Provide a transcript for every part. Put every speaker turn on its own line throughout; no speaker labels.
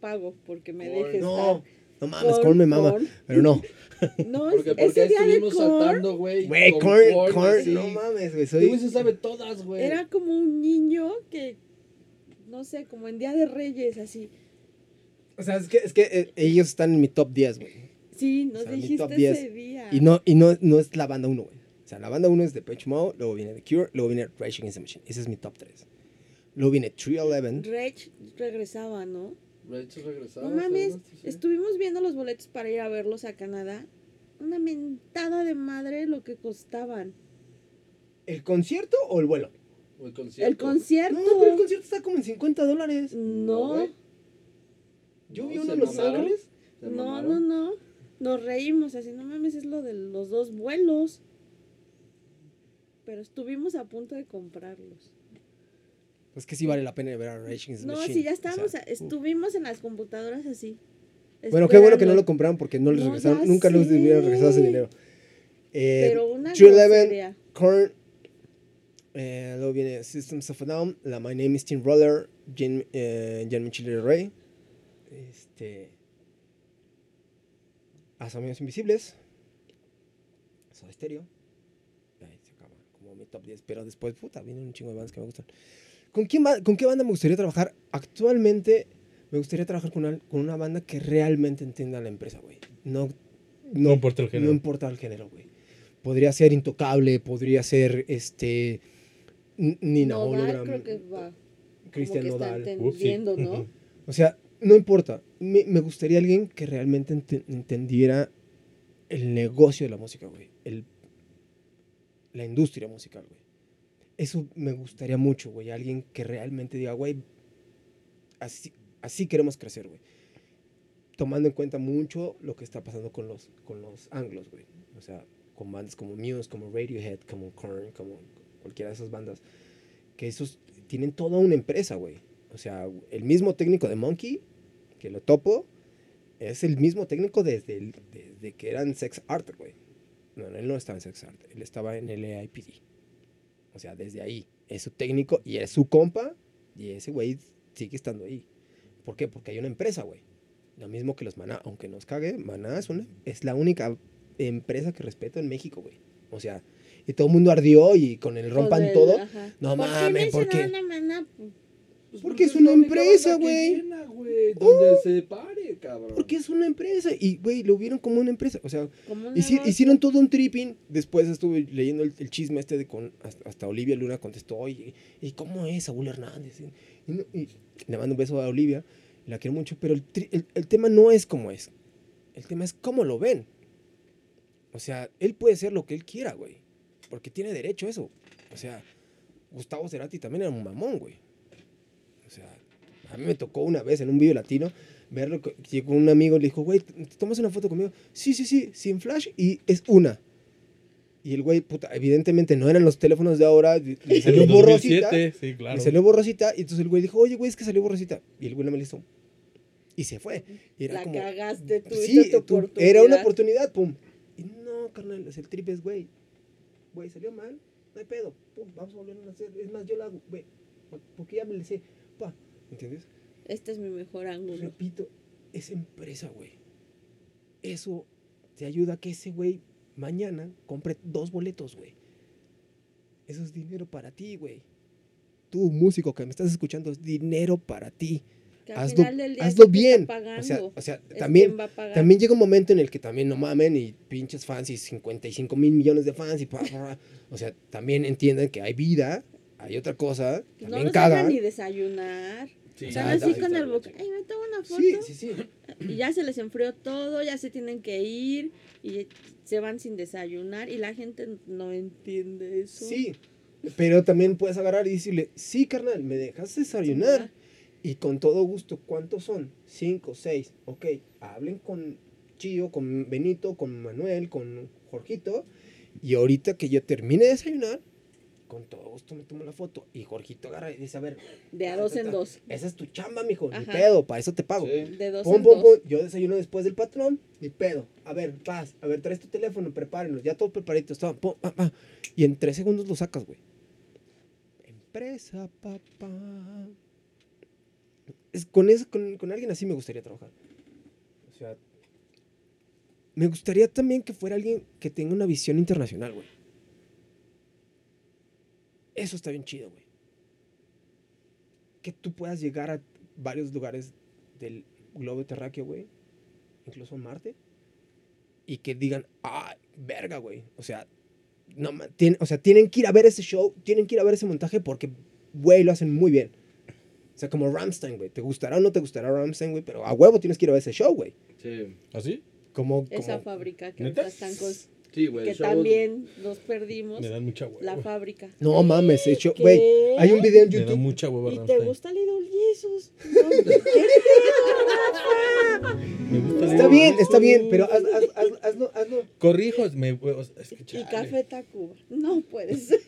pago porque me dejes
No,
estar.
no mames,
Corn,
corn me mama.
corn.
Pero no.
No, es,
Porque, porque
Pues, ese día de
estuvimos
corn
saltando, güey.
Güey,
con
corn,
corn,
corn,
así.
no mames, güey.
Este güey
Soy.
se sabe todas, güey.
era como un niño que, no sé, como en Día de Reyes, así.
O sea, es que, es que eh, ellos están en mi top 10, güey.
Sí, nos
O sea, mi
dijiste
top 10.
ese día.
Y no, y no, no es la banda 1, güey. O sea, la banda 1 es Depeche Mode, luego viene The Cure, luego viene Rage Against the Machine. Ese es mi top 3. Luego viene 311.
Rage regresaba, ¿no?
Rachel regresaba.
No mames,
¿sabes? Sí.
estuvimos viendo los boletos para ir a verlos a Canadá. Una mentada de madre lo que costaban.
¿El concierto o el vuelo?
O El
El
concierto.
concierto.
No, pero el concierto está como en 50 dólares.
No,
No,
güey.
Yo
No,
vi uno
se
en Los
mamaron.
Ángeles.
Se
no, no,
mamaron.
no. Nos reímos así, no mames, es lo de los dos vuelos. Pero estuvimos a punto de comprarlos.
Es que sí vale la pena ver a Rage Against the
No,
Machine.
sí, ya
o
estábamos,
sea,
a- estuvimos en las computadoras así.
Bueno, qué bueno que no lo
esperando.
compraron porque no les
No,
regresaron,
ya
nunca les
sé.
hubieran regresado ese dinero. Eh,
Pero una
311,
grosería.
Korn, eh, luego viene Systems of a Down, la My Name is Teen Roller, Jan eh, Jan Michele del Rey, este, Los Amigos Invisibles, Soda Stereo, ahí se acaba, como mi top 10, pero después, puta, vienen un chingo de bandas que me gustan. ¿Con, quién ba- ¿Con qué banda me gustaría trabajar? Actualmente me gustaría trabajar con una, con una banda que realmente entienda la empresa, güey. No,
No
no,
importa el
no
género.
importa el género, güey. Podría ser Intocable, podría ser este. N- Nina
Nodal
Hologram,
creo que va. como
Cristian
que está
Nodal.
entendiendo, ¿no?
O sea, no importa. Me, me gustaría alguien que realmente ente- entendiera el negocio de la música, güey. El, la industria musical, güey. Eso me gustaría mucho, güey. Alguien que realmente diga, güey, así, así queremos crecer, güey. Tomando en cuenta mucho lo que está pasando con los, con los anglos, güey. O sea, con bandas como Muse, como Radiohead, como Korn, como cualquiera de esas bandas. Que esos tienen toda una empresa, güey. O sea, el mismo técnico de Monkey, que lo topo, es el mismo técnico desde, el- desde que eran Sex Art, güey. No, no, él no estaba en Sex Art, él estaba en LAIPD. O sea, desde ahí. Es su técnico y es su compa, y ese güey sigue estando ahí. ¿Por qué? Porque hay una empresa, güey. Lo mismo que los Maná, aunque nos cague, Maná es, una, es la única empresa que respeto en México, güey. O sea, y todo el mundo ardió y con el rompan
Con el-
todo.
ajá.
No mames, ¿por qué?
mencionaron a Maná?
Pues
Porque es una
la única
empresa,
banda que
güey.
llena, güey, Donde
Uh.
se pare, cabrón.
Porque es una empresa. Y, güey, lo vieron como una empresa. O sea,
Como un
hici-
negocio.
hicieron todo un tripping. Después estuve leyendo el, el chisme este de con. Hasta, hasta Olivia Luna contestó. Oye, ¿y cómo es Saúl Hernández? Y, y no- y le mando un beso a Olivia. La quiero mucho. Pero el, tri- el- el tema no es cómo es. El tema es cómo lo ven. O sea, él puede ser lo que él quiera, güey. Porque tiene derecho a eso. O sea, Gustavo Cerati también era un mamón, güey. O sea, a mí me tocó una vez en un video latino verlo. co- Llegó un amigo y le dijo, güey, ¿te te tomas una foto conmigo? Sí, sí, sí, sin flash y es una. Y el güey, puta, evidentemente no eran los teléfonos de ahora, le le
En
salió
el
borrosita.
2007, sí, claro.
Le salió borrosita y entonces el güey dijo, oye, güey, es que salió borrosita. Y el güey no me le hizo. Y se fue. Y era
la
como,
cagaste, Este, tuviste
Mm, sí,
tu
tú-
oportunidad.
era una oportunidad, pum. Y no, carnal, es el trip es, güey, güey, salió mal, no hay pedo, pum, vamos a volver a hacer, es más, yo la hago, güey, porque ya me le sé, pa, ¿entiendes?
Este es mi mejor ángulo.
Repito, es empresa, güey. Eso te ayuda a que ese güey mañana compre dos boletos, güey. Eso es dinero para ti, güey. Tú, músico que me estás escuchando, es dinero para ti.
Que al
Hazlo,
final del día
hazlo
es quien
bien.
está pagando.
O sea, o sea
Es
también,
quien va a pagar.
también llega un momento en el que también no mamen y pinches fans y 55 mil millones de fans y pa, pa, pa. O sea, también entienden que hay vida, hay otra cosa,
Pues no
también
nos
cagan.
dejan ni desayunar.
Sí,
Están
Están así
está-
con
está
el boca.
gacho.
Ay, me tomo una foto.
Sí, sí, sí.
Y ya se les enfrió todo, ya se tienen que ir. Y se van sin desayunar. Y la gente no entiende eso.
Sí. Pero también puedes agarrar y decirle, sí, carnal, me dejas desayunar. Y con todo gusto, ¿cuántos son? Cinco, seis. Ok, hablen con Chío, con Benito, con Manuel, con Jorgito. Y ahorita que yo termine de desayunar, con todo gusto me tomo la foto. Y Jorgito agarra y dice, a ver,
De a dos en dos.
Esa es tu chamba, mijo. Ni
Ajá.
pedo, para eso te pago.
Sí.
De dos
Pum,
en
pum,
dos.
pum. Yo desayuno después del patrón. Ni pedo. A ver, vas. A ver, traes tu teléfono, prepárenlo. Ya todos preparaditos. estaban, pum, pa, pa. ah. Y en tres segundos lo sacas, güey. Empresa, papá. es- con, eso, con, con alguien así me gustaría trabajar. O sea, me gustaría también que fuera alguien que tenga una visión internacional, güey. Eso está bien chido, güey. Que tú puedas llegar a varios lugares del globo terráqueo, güey. Incluso a Marte. Y que digan, ah, verga, güey. O sea, no, ma- tien- o sea, tienen que ir a ver ese show, tienen que ir a ver ese montaje porque, güey, lo hacen muy bien. O sea, como Ramstein, güey. Te gustará o no te gustará Ramstein, güey, pero a huevo tienes que ir a ver ese show, güey.
Sí,
¿Así?
Como,
Esa
como-
fábrica que
¿Neta?
ahorita están cos-
sí, güey.
que
el show-
también nos perdimos.
Me dan mucha hueva.
La fábrica.
No mames, ese show,
¿Qué?
güey. Hay un video en
Me dan
YouTube.
mucha hueva
¿Y te
Rammstein.
gusta Little Jesus? No, ¿qué?
Me gusta
Está
Little
bien,
Jesus.
está bien, pero haz- haz- haz- hazlo, hazlo.
Corrijo, me, o sea, es que
Y
chale.
Café Tacuba. No puede ser.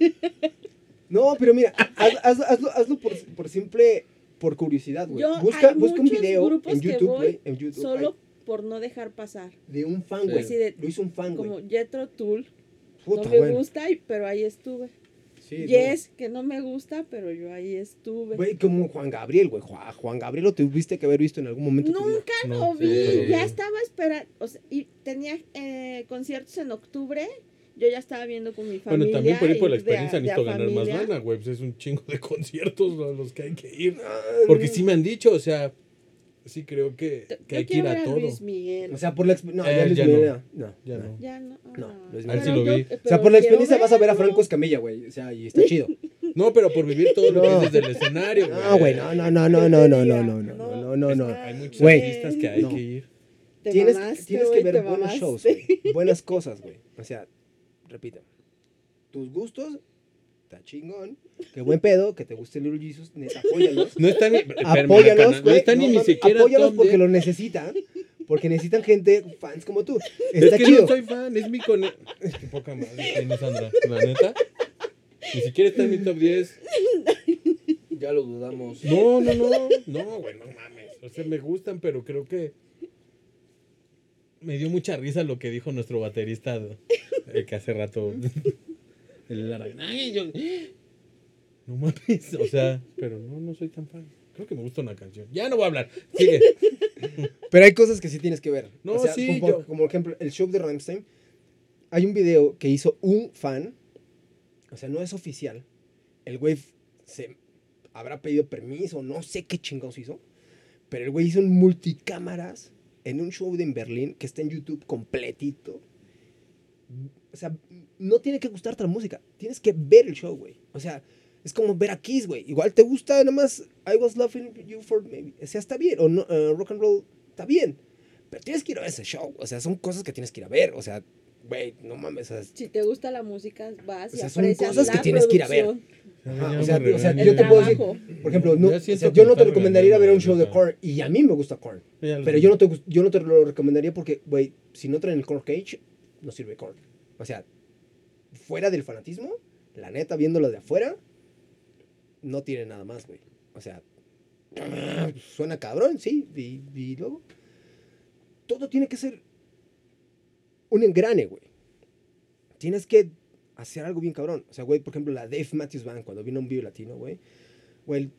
No, pero mira, haz- hazlo, hazlo, hazlo por, por simple, por curiosidad, güey.
Yo-
Busca,
hay
busca un
muchos
video
grupos
en
que
YouTube,
voy
güey. En YouTube.
Solo por no dejar pasar.
ay, De un fan, güey.
Así de-
Lo hizo un fan,
Como
güey.
Jetro Tool.
Puta,
no me
güey.
gusta, y- pero ahí estuve.
Sí, no.
yes, que no me gusta, pero yo ahí estuve.
Güey, como Juan Gabriel, güey. Ju- a Juan Gabriel lo tuviste que haber visto en algún momento. de tu vida.
Nunca
No,
lo vi.
sí.
Ya estaba esperando. O sea, y tenía eh, conciertos en octubre. Yo ya estaba viendo con mi
Bueno,
familia.
también por ir por
y de
la
a- de
experiencia
a
necesito ganar
familia.
más lana, güey. Pues es un chingo de conciertos a los que hay que ir.
Ah,
Porque
no.
sí me han dicho, o sea, sí creo que,
T-
que
yo
hay que ir
quiero
a
ver
todo.
Luis Miguel.
O sea, por la experiencia. No,
Eh,
ya, Luis
ya
Miguel,
no.
no.
Ya no.
ya no. ah.
No, Luis
Pero
Miguel sí lo
yo-
vi. O
pero
O sea, por la
quiero
experiencia vas a ver a
verlo.
Franco Escamilla, güey. O sea, y está chido.
No, pero por vivir todo lo
No.
que es desde el escenario, güey.
No, güey, no, no, no, no, no, no, no, no, no, no, no, no.
Hay muchos
Güey.
artistas que hay
No.
que ir.
Te
Tienes,
mamaste,
tienes que
güey, te
ver buenos
mamaste.
shows, güey. Buenas cosas, güey. O sea, repito. Tus gustos, está chingón. Qué buen pedo, que te guste Little Jesus, neta, apóyalos.
No están ni, espérame,
Apóyalos,
Natana, no
güey.
están ni,
No,
ni
no,
siquiera
Apóyalos
top
porque
10.
lo necesitan. Porque necesitan gente, fans como tú.
Pero
Está
es que
chido.
no soy fan, es mi con... Qué poca madre tiene Sandra, la neta. Ni siquiera está en mi top 10.
Ya lo dudamos.
No, no, no. No, güey, no mames. O sea, me gustan, pero creo que. Me dio mucha risa lo que dijo nuestro baterista el que hace rato. El Lara. Ay, yo- No mames. O sea, pero no, no soy tan fan. Creo que me gusta una canción. Ya no voy a hablar. Sigue.
Pero hay cosas que sí tienes que ver.
No,
O sea,
sí,
Como,
yo-
como ejemplo, el show de Rammstein. Hay un video que hizo un fan. O sea, no es oficial. El güey f- se habrá pedido permiso. No sé qué chingados hizo. Pero el güey hizo un multicámaras en un show de en Berlín que está en YouTube completito. O sea, no tiene que gustarte la música. Tienes que ver el show, güey. O sea, es como ver a Kiss, güey. Igual te gusta nada más I Was Loving You For Maybe. O sea, está bien. O no, eh, Rock and Roll está bien. Pero tienes que ir a ver ese show. O sea, son cosas que tienes que ir a ver. O sea, güey, no mames. O sea,
Si te gusta la música, vas
O
y
sea, son
aprecias
cosas que
la
tienes que ir a ver.
producción,
Ajá,
Ya
o sea,
me
o sea,
regañan.
el
yo te puedo decir-
trabajo.
por ejemplo, no,
Ya
o sea,
siento que
yo
me
no te
están
recomendaría ir a ver un
regañando
show de
ahorita.
Korn. Y a mí me gusta Korn.
Ya lo
Pero
dije.
yo no, te, gust- yo no te lo recomendaría porque, güey, si no traen el Korn Cage, no sirve Korn. O sea, fuera del fanatismo, la neta, viéndolo de afuera, no tiene nada más, güey. O sea, suena cabrón, sí, y, y luego. Todo tiene que ser un engrane, güey. Tienes que hacer algo bien cabrón. O sea, güey, por ejemplo, la Dave Matthews Band, cuando vino a un vivo latino, güey, güey,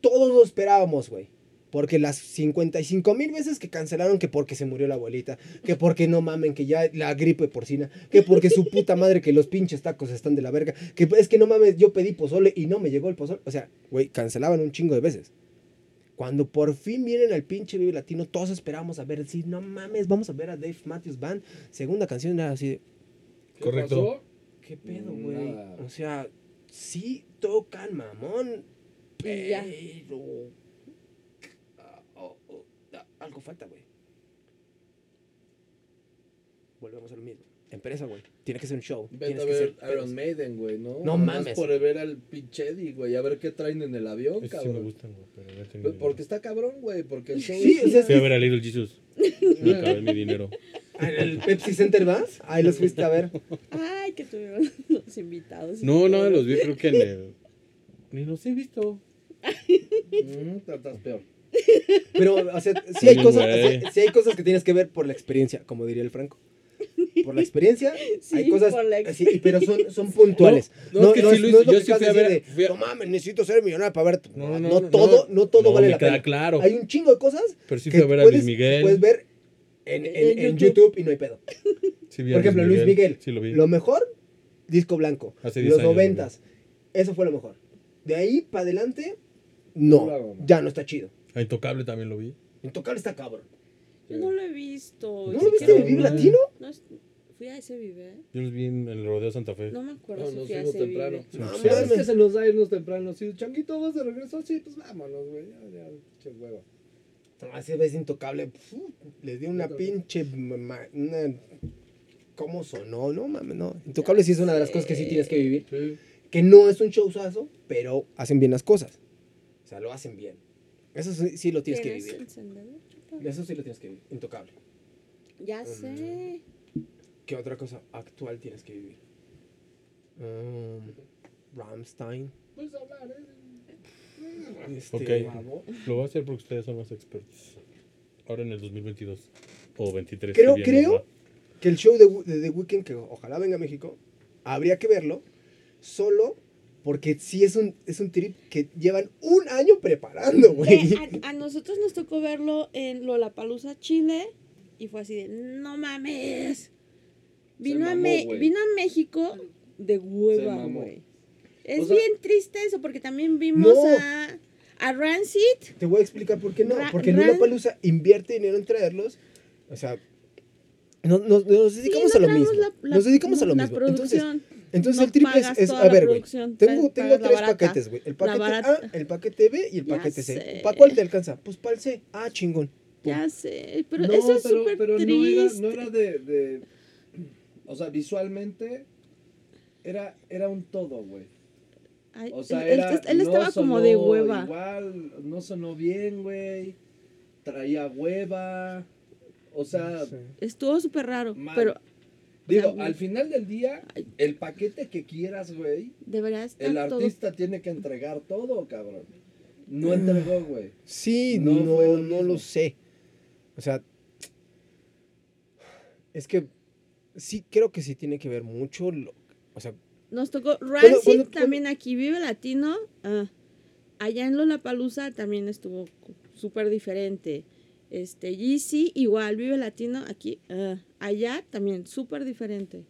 todos lo esperábamos, güey. Porque las 55 mil veces que cancelaron, que porque se murió la abuelita, que porque no mamen, que ya la gripe porcina, que porque su puta madre, que los pinches tacos están de la verga, que es que no mames, yo pedí pozole y no me llegó el pozole. O sea, güey, cancelaban un chingo de veces. Cuando por fin vienen al pinche Vive Latino, todos esperábamos a ver, sí, no mames, vamos a ver a Dave Matthews Band. Segunda canción era así de,
¿Qué
Correcto.
¿Qué pedo, güey?
Mm, Nada.
O sea, sí tocan mamón,
Y ya.
pero... ah, oh, oh, ah, algo falta, güey. Volvemos al mismo. Empresa, güey. Tiene que ser un show.
Vete
Tienes
a
que
ver
ser-
Iron Maiden, güey, ¿no?
No
Nada más
mames.
Por ver al pinche Eddie, güey, a ver qué traen en el avión,
Esos sí me
cabrón.
gustan, güey. Pero ya
Pues
tengo
porque
dinero.
está cabrón, güey, porque el show
Sí,
es-
o sea, es
Fui a
que
ver a Little Jesus. Me acabé mi dinero.
¿Al Pepsi Center vas? Ahí los fuiste a ver.
Ay, que tuvieron los invitados.
No, no, los vi, creo que en el. Ni los he visto.
Mm, estás peor.
Pero, o sea, sí hay,
Oye,
cosas,
güey.
sí- sí hay cosas que tienes que ver por la experiencia, como diría el Franco. por la experiencia,
Sí,
hay cosas
por la
así, y- pero son, son puntuales.
No, no, es que sí, Luis, yo sí
acabas
fui
de
a ver-
decir de,
fui a-
No mames, necesito ser millonario para ver.
No,
No,
no,
no,
no,
todo, no, todo
no,
vale
me
la
queda
pena.
claro.
Hay un chingo de cosas
Pero sí
que
fui a ver a
puedes,
Luis Miguel.
puedes ver en, en-
En
en
YouTube.
YouTube y no hay pedo.
Sí vi a
Por ejemplo, Luis Miguel.
Sí lo vi.
Lo mejor, disco blanco.
Hace 10
los
años lo
noventas. Eso fue lo mejor. De ahí para adelante, no.
Claro, no.
ya no está chido.
A Intocable también lo vi.
Intocable está cabrón.
Yo no lo he visto.
¿No
ni
lo viste en
siquiera-
el Vive
no.
Latino?
no es- fui a ese vive.
Yo los vi en el Rodeo Santa Fe.
No me acuerdo
No,
si
nos
fui a
fuimos
ese
temprano.
vive.
Sí, pues,
No,
ya
es
mames.
que se nos da irnos temprano. Si changuito vas de regreso, sí, pues vámonos, güey. Ya, ya, che hueva.
No, ese vez Intocable, pf, le dio una pinche. ma- ma- una- ¿Cómo sonó? No mames, no. Intocable sí es una de las cosas que sí tienes que vivir.
Sí.
Que no es un showzazo, pero hacen bien las cosas. O sea, lo hacen bien. Eso sí, sí lo tienes que
¿Tienes
vivir.
encendedor?
Eso sí lo tienes que vivir. Intocable. Ah,
Ya sé.
¿Qué otra cosa actual tienes que vivir? Um, Ramstein.
Puedes hablar, ¿eh?
Este,
Ok.
Bravo.
Lo voy a hacer porque ustedes son los expertos. Ahora en el 2022 o 23.
Creo-
si bien nos
creo
va.
que el show de, Wu- de The Weeknd, que ojalá venga a México, habría que verlo solo porque sí es un, es un trip que llevan un año preparando, güey.
Que a, a nosotros nos tocó verlo en Lollapalooza, Chile, y fue así de, no mames. Vino, a,
mamó,
Me-
güey.
vino a México de hueva,
mamó.
güey. Es
O sea-
bien triste eso, porque también vimos
No.
a, a Rancid.
Te voy a explicar por qué no.
ah, Ra-
Porque
Ra-
Lula Palusa invierte dinero en traerlos. O sea, no- no- nos dedicamos
Sí,
a lo
no traemos
mismo.
la- la-
nos dedicamos a lo
la
mismo. Entonces,
producción.
entonces
No
el trip es,
pagas
es-
toda
a
la
ver, güey.
producción,
Tengo,
pagas-
tengo
pagas la
tres
barata.
paquetes, güey. El
La
paquete A,
barata.
el paquete B y el
Ya
paquete C.
sé.
¿Para cuál te alcanza? Pues para el C. Ah, chingón.
Ya sé, pero
No,
eso es
pero-
súper
pero
triste.
no era, no era de, de- O sea, visualmente era, era un todo, güey.
Ay,
O sea,
él,
era-
él- él
no
estaba como de
sonó
hueva.
Igual, no sonó bien, güey. Traía hueva. O sea,
Estuvo súper raro,
Mal.
pero
digo,
güey.
al final del día, el paquete que quieras, güey,
debería estar
el
todo
artista tiene que entregar todo, cabrón.
Mm.
No entregó, güey.
Sí,
No
no,
fue lo
no,
mismo.
lo sé. O sea, es que sí creo que sí tiene que ver mucho. lo- o sea,
Nos tocó Rancid
cuando- cuando-
también aquí, Vive Latino. ah, allá en Lollapalooza también estuvo cu- súper diferente. Este, Yeezy, igual, Vive Latino aquí. ah, allá también súper diferente.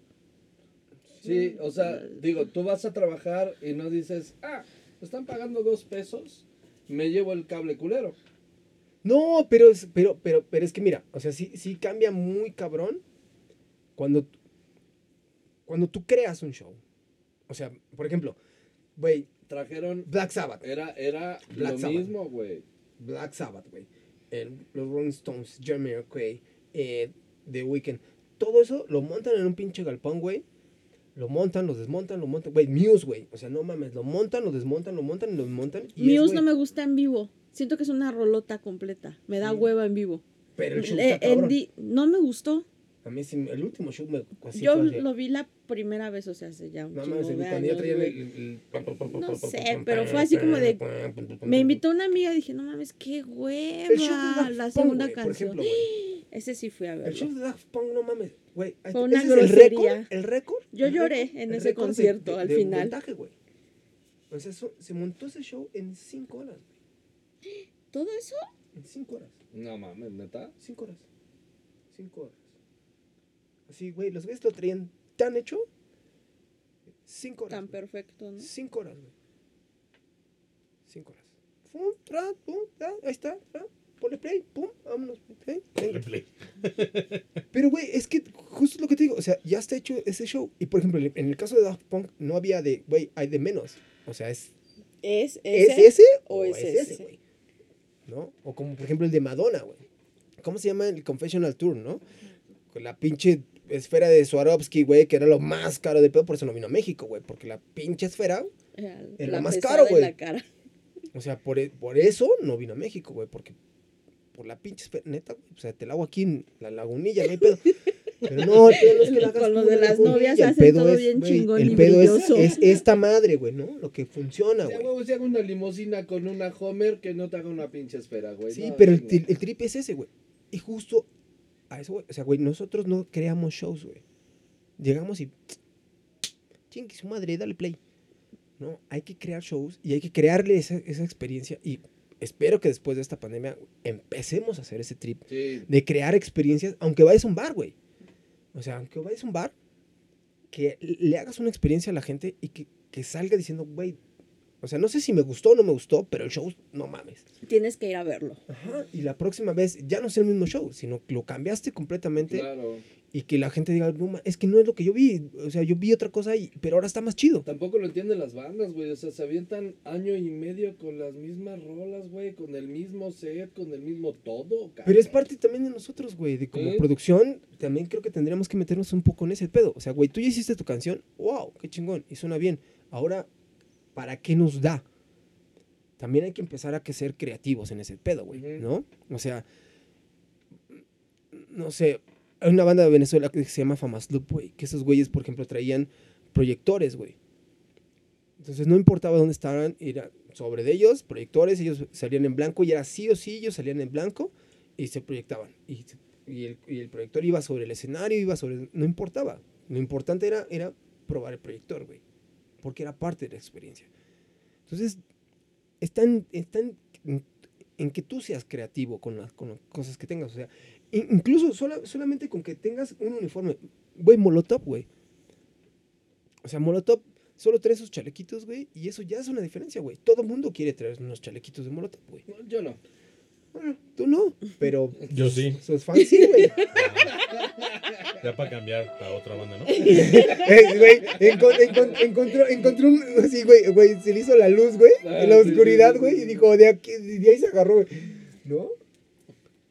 Sí, o sea, digo, tú vas a trabajar y no dices, ah, me están pagando dos pesos, me llevo el cable culero.
no, pero es, pero, pero, pero es que mira, o sea, sí, sí cambia muy cabrón cuando, t- cuando tú creas un show. O sea, por ejemplo, güey,
Trajeron,
Black Sabbath.
era, era
Black
lo
Sabbath.
mismo, güey.
Black Sabbath, güey. el- Los Rolling Stones, Jeremy eh, The Weeknd. Todo eso lo montan en un pinche galpón, güey. Lo montan, lo desmontan, lo montan. Güey, Muse, güey. O sea, no mames. Lo montan, lo desmontan, lo montan, lo montan. Y es,
Muse
güey,
no me gusta en vivo. Siento que es una rolota completa. Me da hueva en vivo.
Pero el show
Eh,
está cabrón.
en di- no me gustó.
A mí sí, el último show me casi
Yo
fue así.
lo vi la primera vez, o sea, hace ya un
No
chingo
mames,
de
cuando ya
años,
traían
güey.
el, el-
No sé, pero fue así como de- Me invitó una amiga, dije, no mames, qué hueva.
El show de Daft
la
Punk,
segunda
güey, Por
canción.
ejemplo, güey.
Ese sí fui a
El show
verlo.
de Daft Punk, no mames, güey. ahí
Fue
está,
una
ese es el
grosería.
récord, el récord.
Yo
el
lloré
récord,
en
el
ese
récord de-
concierto,
de-
al
de
final.
montaje, güey. O sea, eso- se montó ese show en 5 horas, güey.
Todo eso
En 5 horas.
No mames, neta.
5 horas. 5 horas. Así, güey, los güeyes lo traían tan hecho. 5 horas.
tan
güey.
perfecto, ¿no?
Cinco horas, güey. Cinco horas. Pum, tra, pum, tra, ahí está. Tra, ponle play, pum, vámonos. play, venga. Pero, güey, es que justo lo que te digo, o sea, ya está hecho ese show. Y, por ejemplo, en el caso de Daft Punk, no había de, güey, hay de menos. O sea, es,
¿Es
¿es
ese?
ese
o
o
es
es
ese?
ese, güey? ¿No? O como, por ejemplo, el de Madonna, güey. ¿Cómo se llama el Confessional Tour, no? Con la pinche esfera de Swarovski, güey, que era lo más caro de pedo, por eso no vino a México, güey. Porque la pinche esfera,
Era
Es lo más
pesada
caro,
en
güey.
la cara.
o sea, por, e- por eso no vino a México, güey, porque por la pinche espe- neta, güey, o sea, te la hago aquí en la lagunilla, no hay pedo. Pero no, el pedo no es que la hagas
Con lo
tú en
de
la
las
lagunilla,
novias
el
hacen
pedo
todo
es,
bien
güey,
chingón y
El pedo es,
brilloso.
es esta madre, güey, ¿no? Lo que funciona,
Ya,
güey.
huevo, si hago una limusina con una Homer que no te haga una pinche esfera, güey.
Sí,
Pues No,
pero el,
chinga.
tri- el trip es ese, güey. Y justo a eso, güey, o sea, güey, nosotros no creamos shows, güey. Llegamos y. Chingue su madre, dale play. No, hay que crear shows y hay que crearle esa, esa experiencia. Y espero que después de esta pandemia empecemos a hacer ese trip
Sí.
de crear experiencias, aunque vayas a un bar, güey. O sea, aunque vayas a un bar, que le hagas una experiencia a la gente y que, que salga diciendo, güey, o sea, no sé si me gustó o no me gustó, pero el show, no mames.
Tienes que ir a verlo.
Ajá, y la próxima vez ya no es el mismo show, sino que lo cambiaste completamente
Claro.
y que la gente diga, no, ma- es que no es lo que yo vi, o sea, yo vi otra cosa, y, pero ahora está más chido.
Tampoco lo entienden las bandas, güey. O sea, se avientan año y medio con las mismas rolas, güey. Con el mismo set, con el mismo todo. cabrón.
Pero es parte también de nosotros, güey, de como
Sí.
producción, también creo que tendríamos que meternos un poco en ese pedo. O sea, güey, tú ya hiciste tu canción, wow, qué chingón, y suena bien. Ahora, ¿para qué nos da? También hay que empezar a que ser creativos en ese pedo, güey,
Ujú.
¿no? O sea, no sé, hay una banda de Venezuela que se llama Famasloop, güey, que esos güeyes, por ejemplo, traían proyectores, güey. Entonces no importaba dónde estaban, era sobre de ellos, proyectores, ellos salían en blanco y era sí o sí, ellos salían en blanco y se proyectaban. Y, se- y el, y el proyector iba sobre el escenario, iba sobre... No importaba. Lo importante era, era probar el proyector, güey. Porque era parte de la experiencia. Entonces, está en, está en, en- en que tú seas creativo con las, con las cosas que tengas. O sea, in- incluso sola- solamente con que tengas un uniforme. Güey, Molotov, güey. O sea, Molotov solo trae esos chalequitos, güey. Y eso ya es una diferencia, güey. Todo mundo quiere traer unos chalequitos de Molotov, güey.
No, yo no.
Bueno, tú no, pero
Yo sí.
sos fan, sí, güey.
Ya para cambiar a otra banda, ¿no?
Eh, güey, encon- encon- encontró, encontró un. Sí, güey, güey, se le hizo la luz, güey,
Ah,
en la
sí, sí,
oscuridad,
sí,
güey,
sí.
y dijo, de, aquí, de ahí se agarró, güey. ¿No?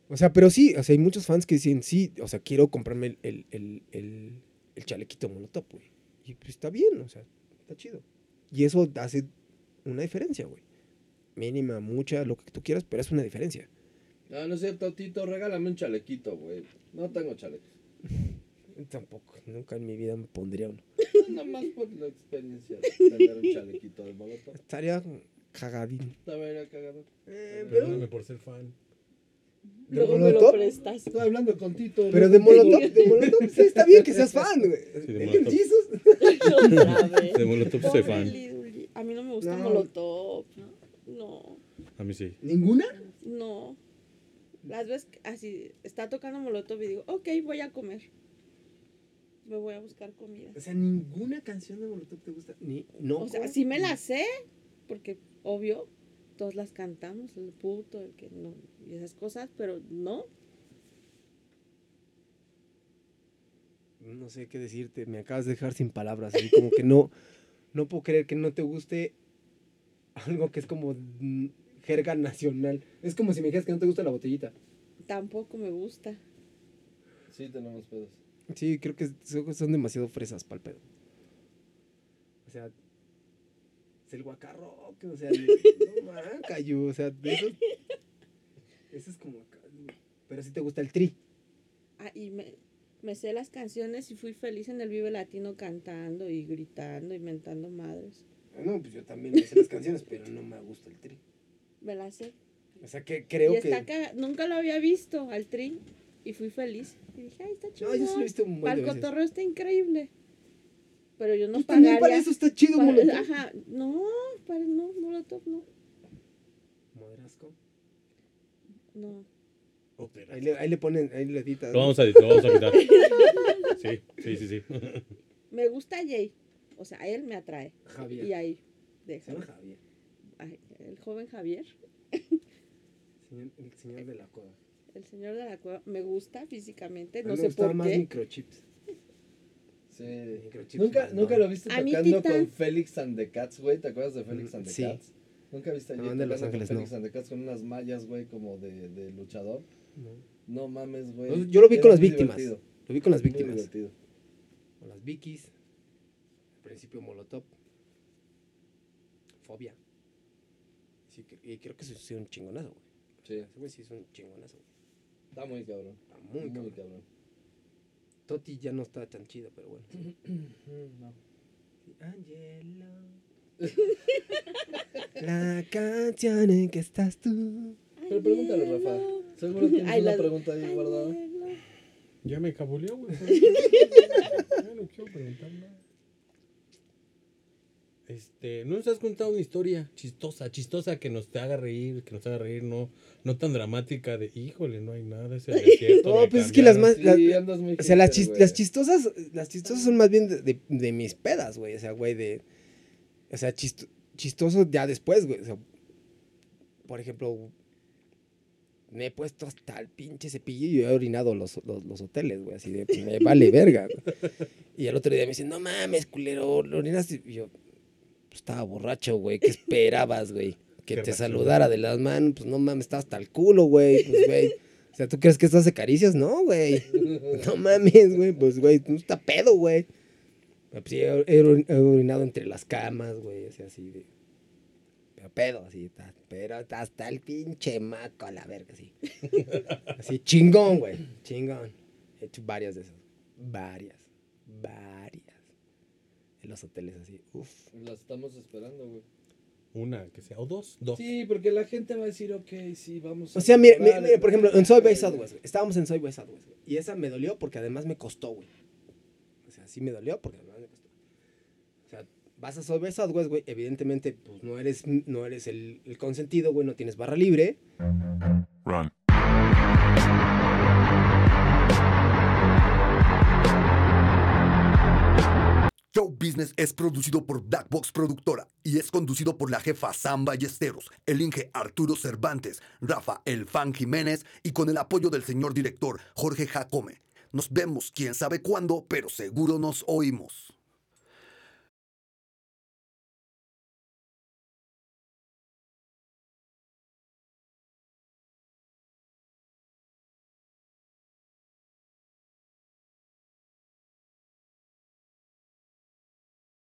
O sea, pero sí, o sea, hay muchos fans que dicen, sí, o sea, quiero comprarme el, el, el, el- el chalequito monotop, güey. Y pues está bien, o sea, está chido. Y eso hace una diferencia, güey. Mínima, mucha, lo que tú quieras, pero es una diferencia.
Ah, No, no es cierto, Tito. Regálame un chalequito, güey. No tengo chaleco.
Tampoco, nunca en mi vida me pondría uno.
Nada más por la experiencia de tener un chalequito de Molotov.
Estaría cagadín.
Estaba era cagado.
Eh,
Perdóname por ser fan.
¿De
Luego me lo
Molotov?
prestas.
Estoy hablando con Tito. no
Pero de
contigo.
Molotov, de Molotov sí está bien que seas fan, güey.
de
Del
Molotov.
Jesus.
Otra vez.
De Molotov soy
Pobre
fan.
Little Ye- A mí no me gusta
No.
Molotov. No,
A mí sí.
¿Ninguna?
no. Las veces que- así está tocando Molotov y digo, ok, voy a comer. Me voy a buscar comida.
O sea, ninguna canción de Molotov te gusta. Ni, no.
O sea, sí me la sé, porque obvio, todas las cantamos, el puto, el que no, y esas cosas, pero no.
No sé qué decirte, me acabas de dejar sin palabras. Así como que no, no puedo creer que no te guste algo que es como mm, jerga nacional. Es como si me dijeras que no te gusta la botellita.
Tampoco me gusta.
Sí, tenemos pedos.
Sí, creo que son son demasiado fresas para el pedo. O sea, es el guacarro, o sea, no man, cayó, o sea, de eso, eso es como, acá, pero si te gusta el tri.
Ah, y me, me sé las canciones y fui feliz en el Vive Latino cantando y gritando, inventando madres.
No, pues yo también me sé las canciones, pero no me gusta el tri.
Me las sé.
O sea, que
Y
creo que...
está caga- Nunca lo había visto al tri y fui feliz. Y dije, ay, está chido.
No, yo sí lo he visto un buen
Para
de
el
veces.
cotorreo está increíble. Pero yo no
Pues
pagaría.
también para ¿eh? eso está chido,
para-
Molotov.
ajá, no, para, no, Molotov no.
Moderasco.
No.
Ahí le, ahí le ponen, ahí le editas.
Lo vamos a, lo vamos a quitar. Sí, sí, sí, sí.
Me gusta Jay. O sea, él me atrae. Y
Javier.
ahí,
Se llama
déjalo.
Javier.
Ay, El joven Javier.
Señor- el señor de la coda.
El señor de la cueva me gusta físicamente,
A
no
mí me
sé
gustaba
por
más
qué.
microchips.
Sí.
Microchips,
¿Nunca,
no.
nunca lo viste
A mí
tocando
Tita-
con Félix and the Cats, güey. ¿Te acuerdas de Félix and the
Sí.
Cats? Nunca viste a
La
Jay
banda de Los
tocando con
Ángeles,
Félix
no.
and the Cats con unas mallas, güey, como de, de luchador.
No.
No mames,
No,
güey.
yo lo vi
Era
con las
muy
víctimas.
divertido,
Lo vi con las
muy
víctimas.
divertido.
Con las Vikis. Al principio Molotov. Fobia. Sí, cre- y creo que sí es un chingonazo, güey.
Sí,
Ese güey sí es un chingonazo. güey.
está muy cabrón.
Está
Muy,
muy cabrón.
cabrón.
Toti ya no está tan chido, pero bueno.
Mm,
No.
Angelo. La canción en que estás tú.
Pero pregúntale, Rafa. Seguro tienes
Ay,
una
la-
pregunta ahí guardada.
Ay,
Ya me cabuleó, güey. Ya no quiero preguntar nada. Este, no nos has contado una historia chistosa, chistosa que nos te haga reír, que nos haga reír, no, no tan dramática de, híjole, no hay nada, ese desierto.
No,
me
pues es que las
cambiaron".
más. las-
Sí, andas muy
o sea, las,
hipster,
chis-
güey.
las chistosas, las chistosas son más bien de, de- de mis pedas, güey. O sea, güey, de. O sea, chisto- chistoso ya después, güey. O sea, por ejemplo, me he puesto hasta el pinche cepillo y he orinado los, los, los hoteles, güey. Así de, pues, me vale verga. güey. Y al otro día me dicen, no mames, culero, lo orinaste. Y yo, pues, estaba borracho, güey. ¿Qué esperabas, güey? Que
Qué
te
raro.
saludara de las manos. Pues no mames, estaba hasta el culo, güey. Pues, güey. O sea, ¿tú crees que esto hace caricias? No, güey. No mames, güey. Pues, güey, no está pedo, güey. Pero, Pues sí, he, he orin- he orinado entre las camas, güey. O sea, así de. Pero pedo, así. ta- Pero hasta el pinche maco a la verga, así. así, chingón, güey. Chingón. He hecho varias de esas. Varias. Varias. En los hoteles, así. Uf.
Las estamos esperando, güey.
Una, que sea, o dos, dos.
Sí, porque la gente va a decir, ok, sí, vamos a.
O sea, mira, mira,
mejorar,
mira, por ejemplo, en Soy by
etcétera, güey.
Southwest, güey. Estábamos en Soy by Southwest, güey. Y esa me dolió porque además me costó, güey. O sea, sí me dolió porque además me costó. O sea, vas a Soy by Southwest, güey. Evidentemente, pues no eres, no eres el, el consentido, güey. No tienes barra libre.
Run.
Show Business es producido por Black Box Productora y es conducido por la jefa Sam Ballesteros, el Inge Arturo Cervantes, Rafa El Fan Jiménez y con el apoyo del señor director Jorge Jacome. Nos vemos quién sabe cuándo, pero seguro nos oímos.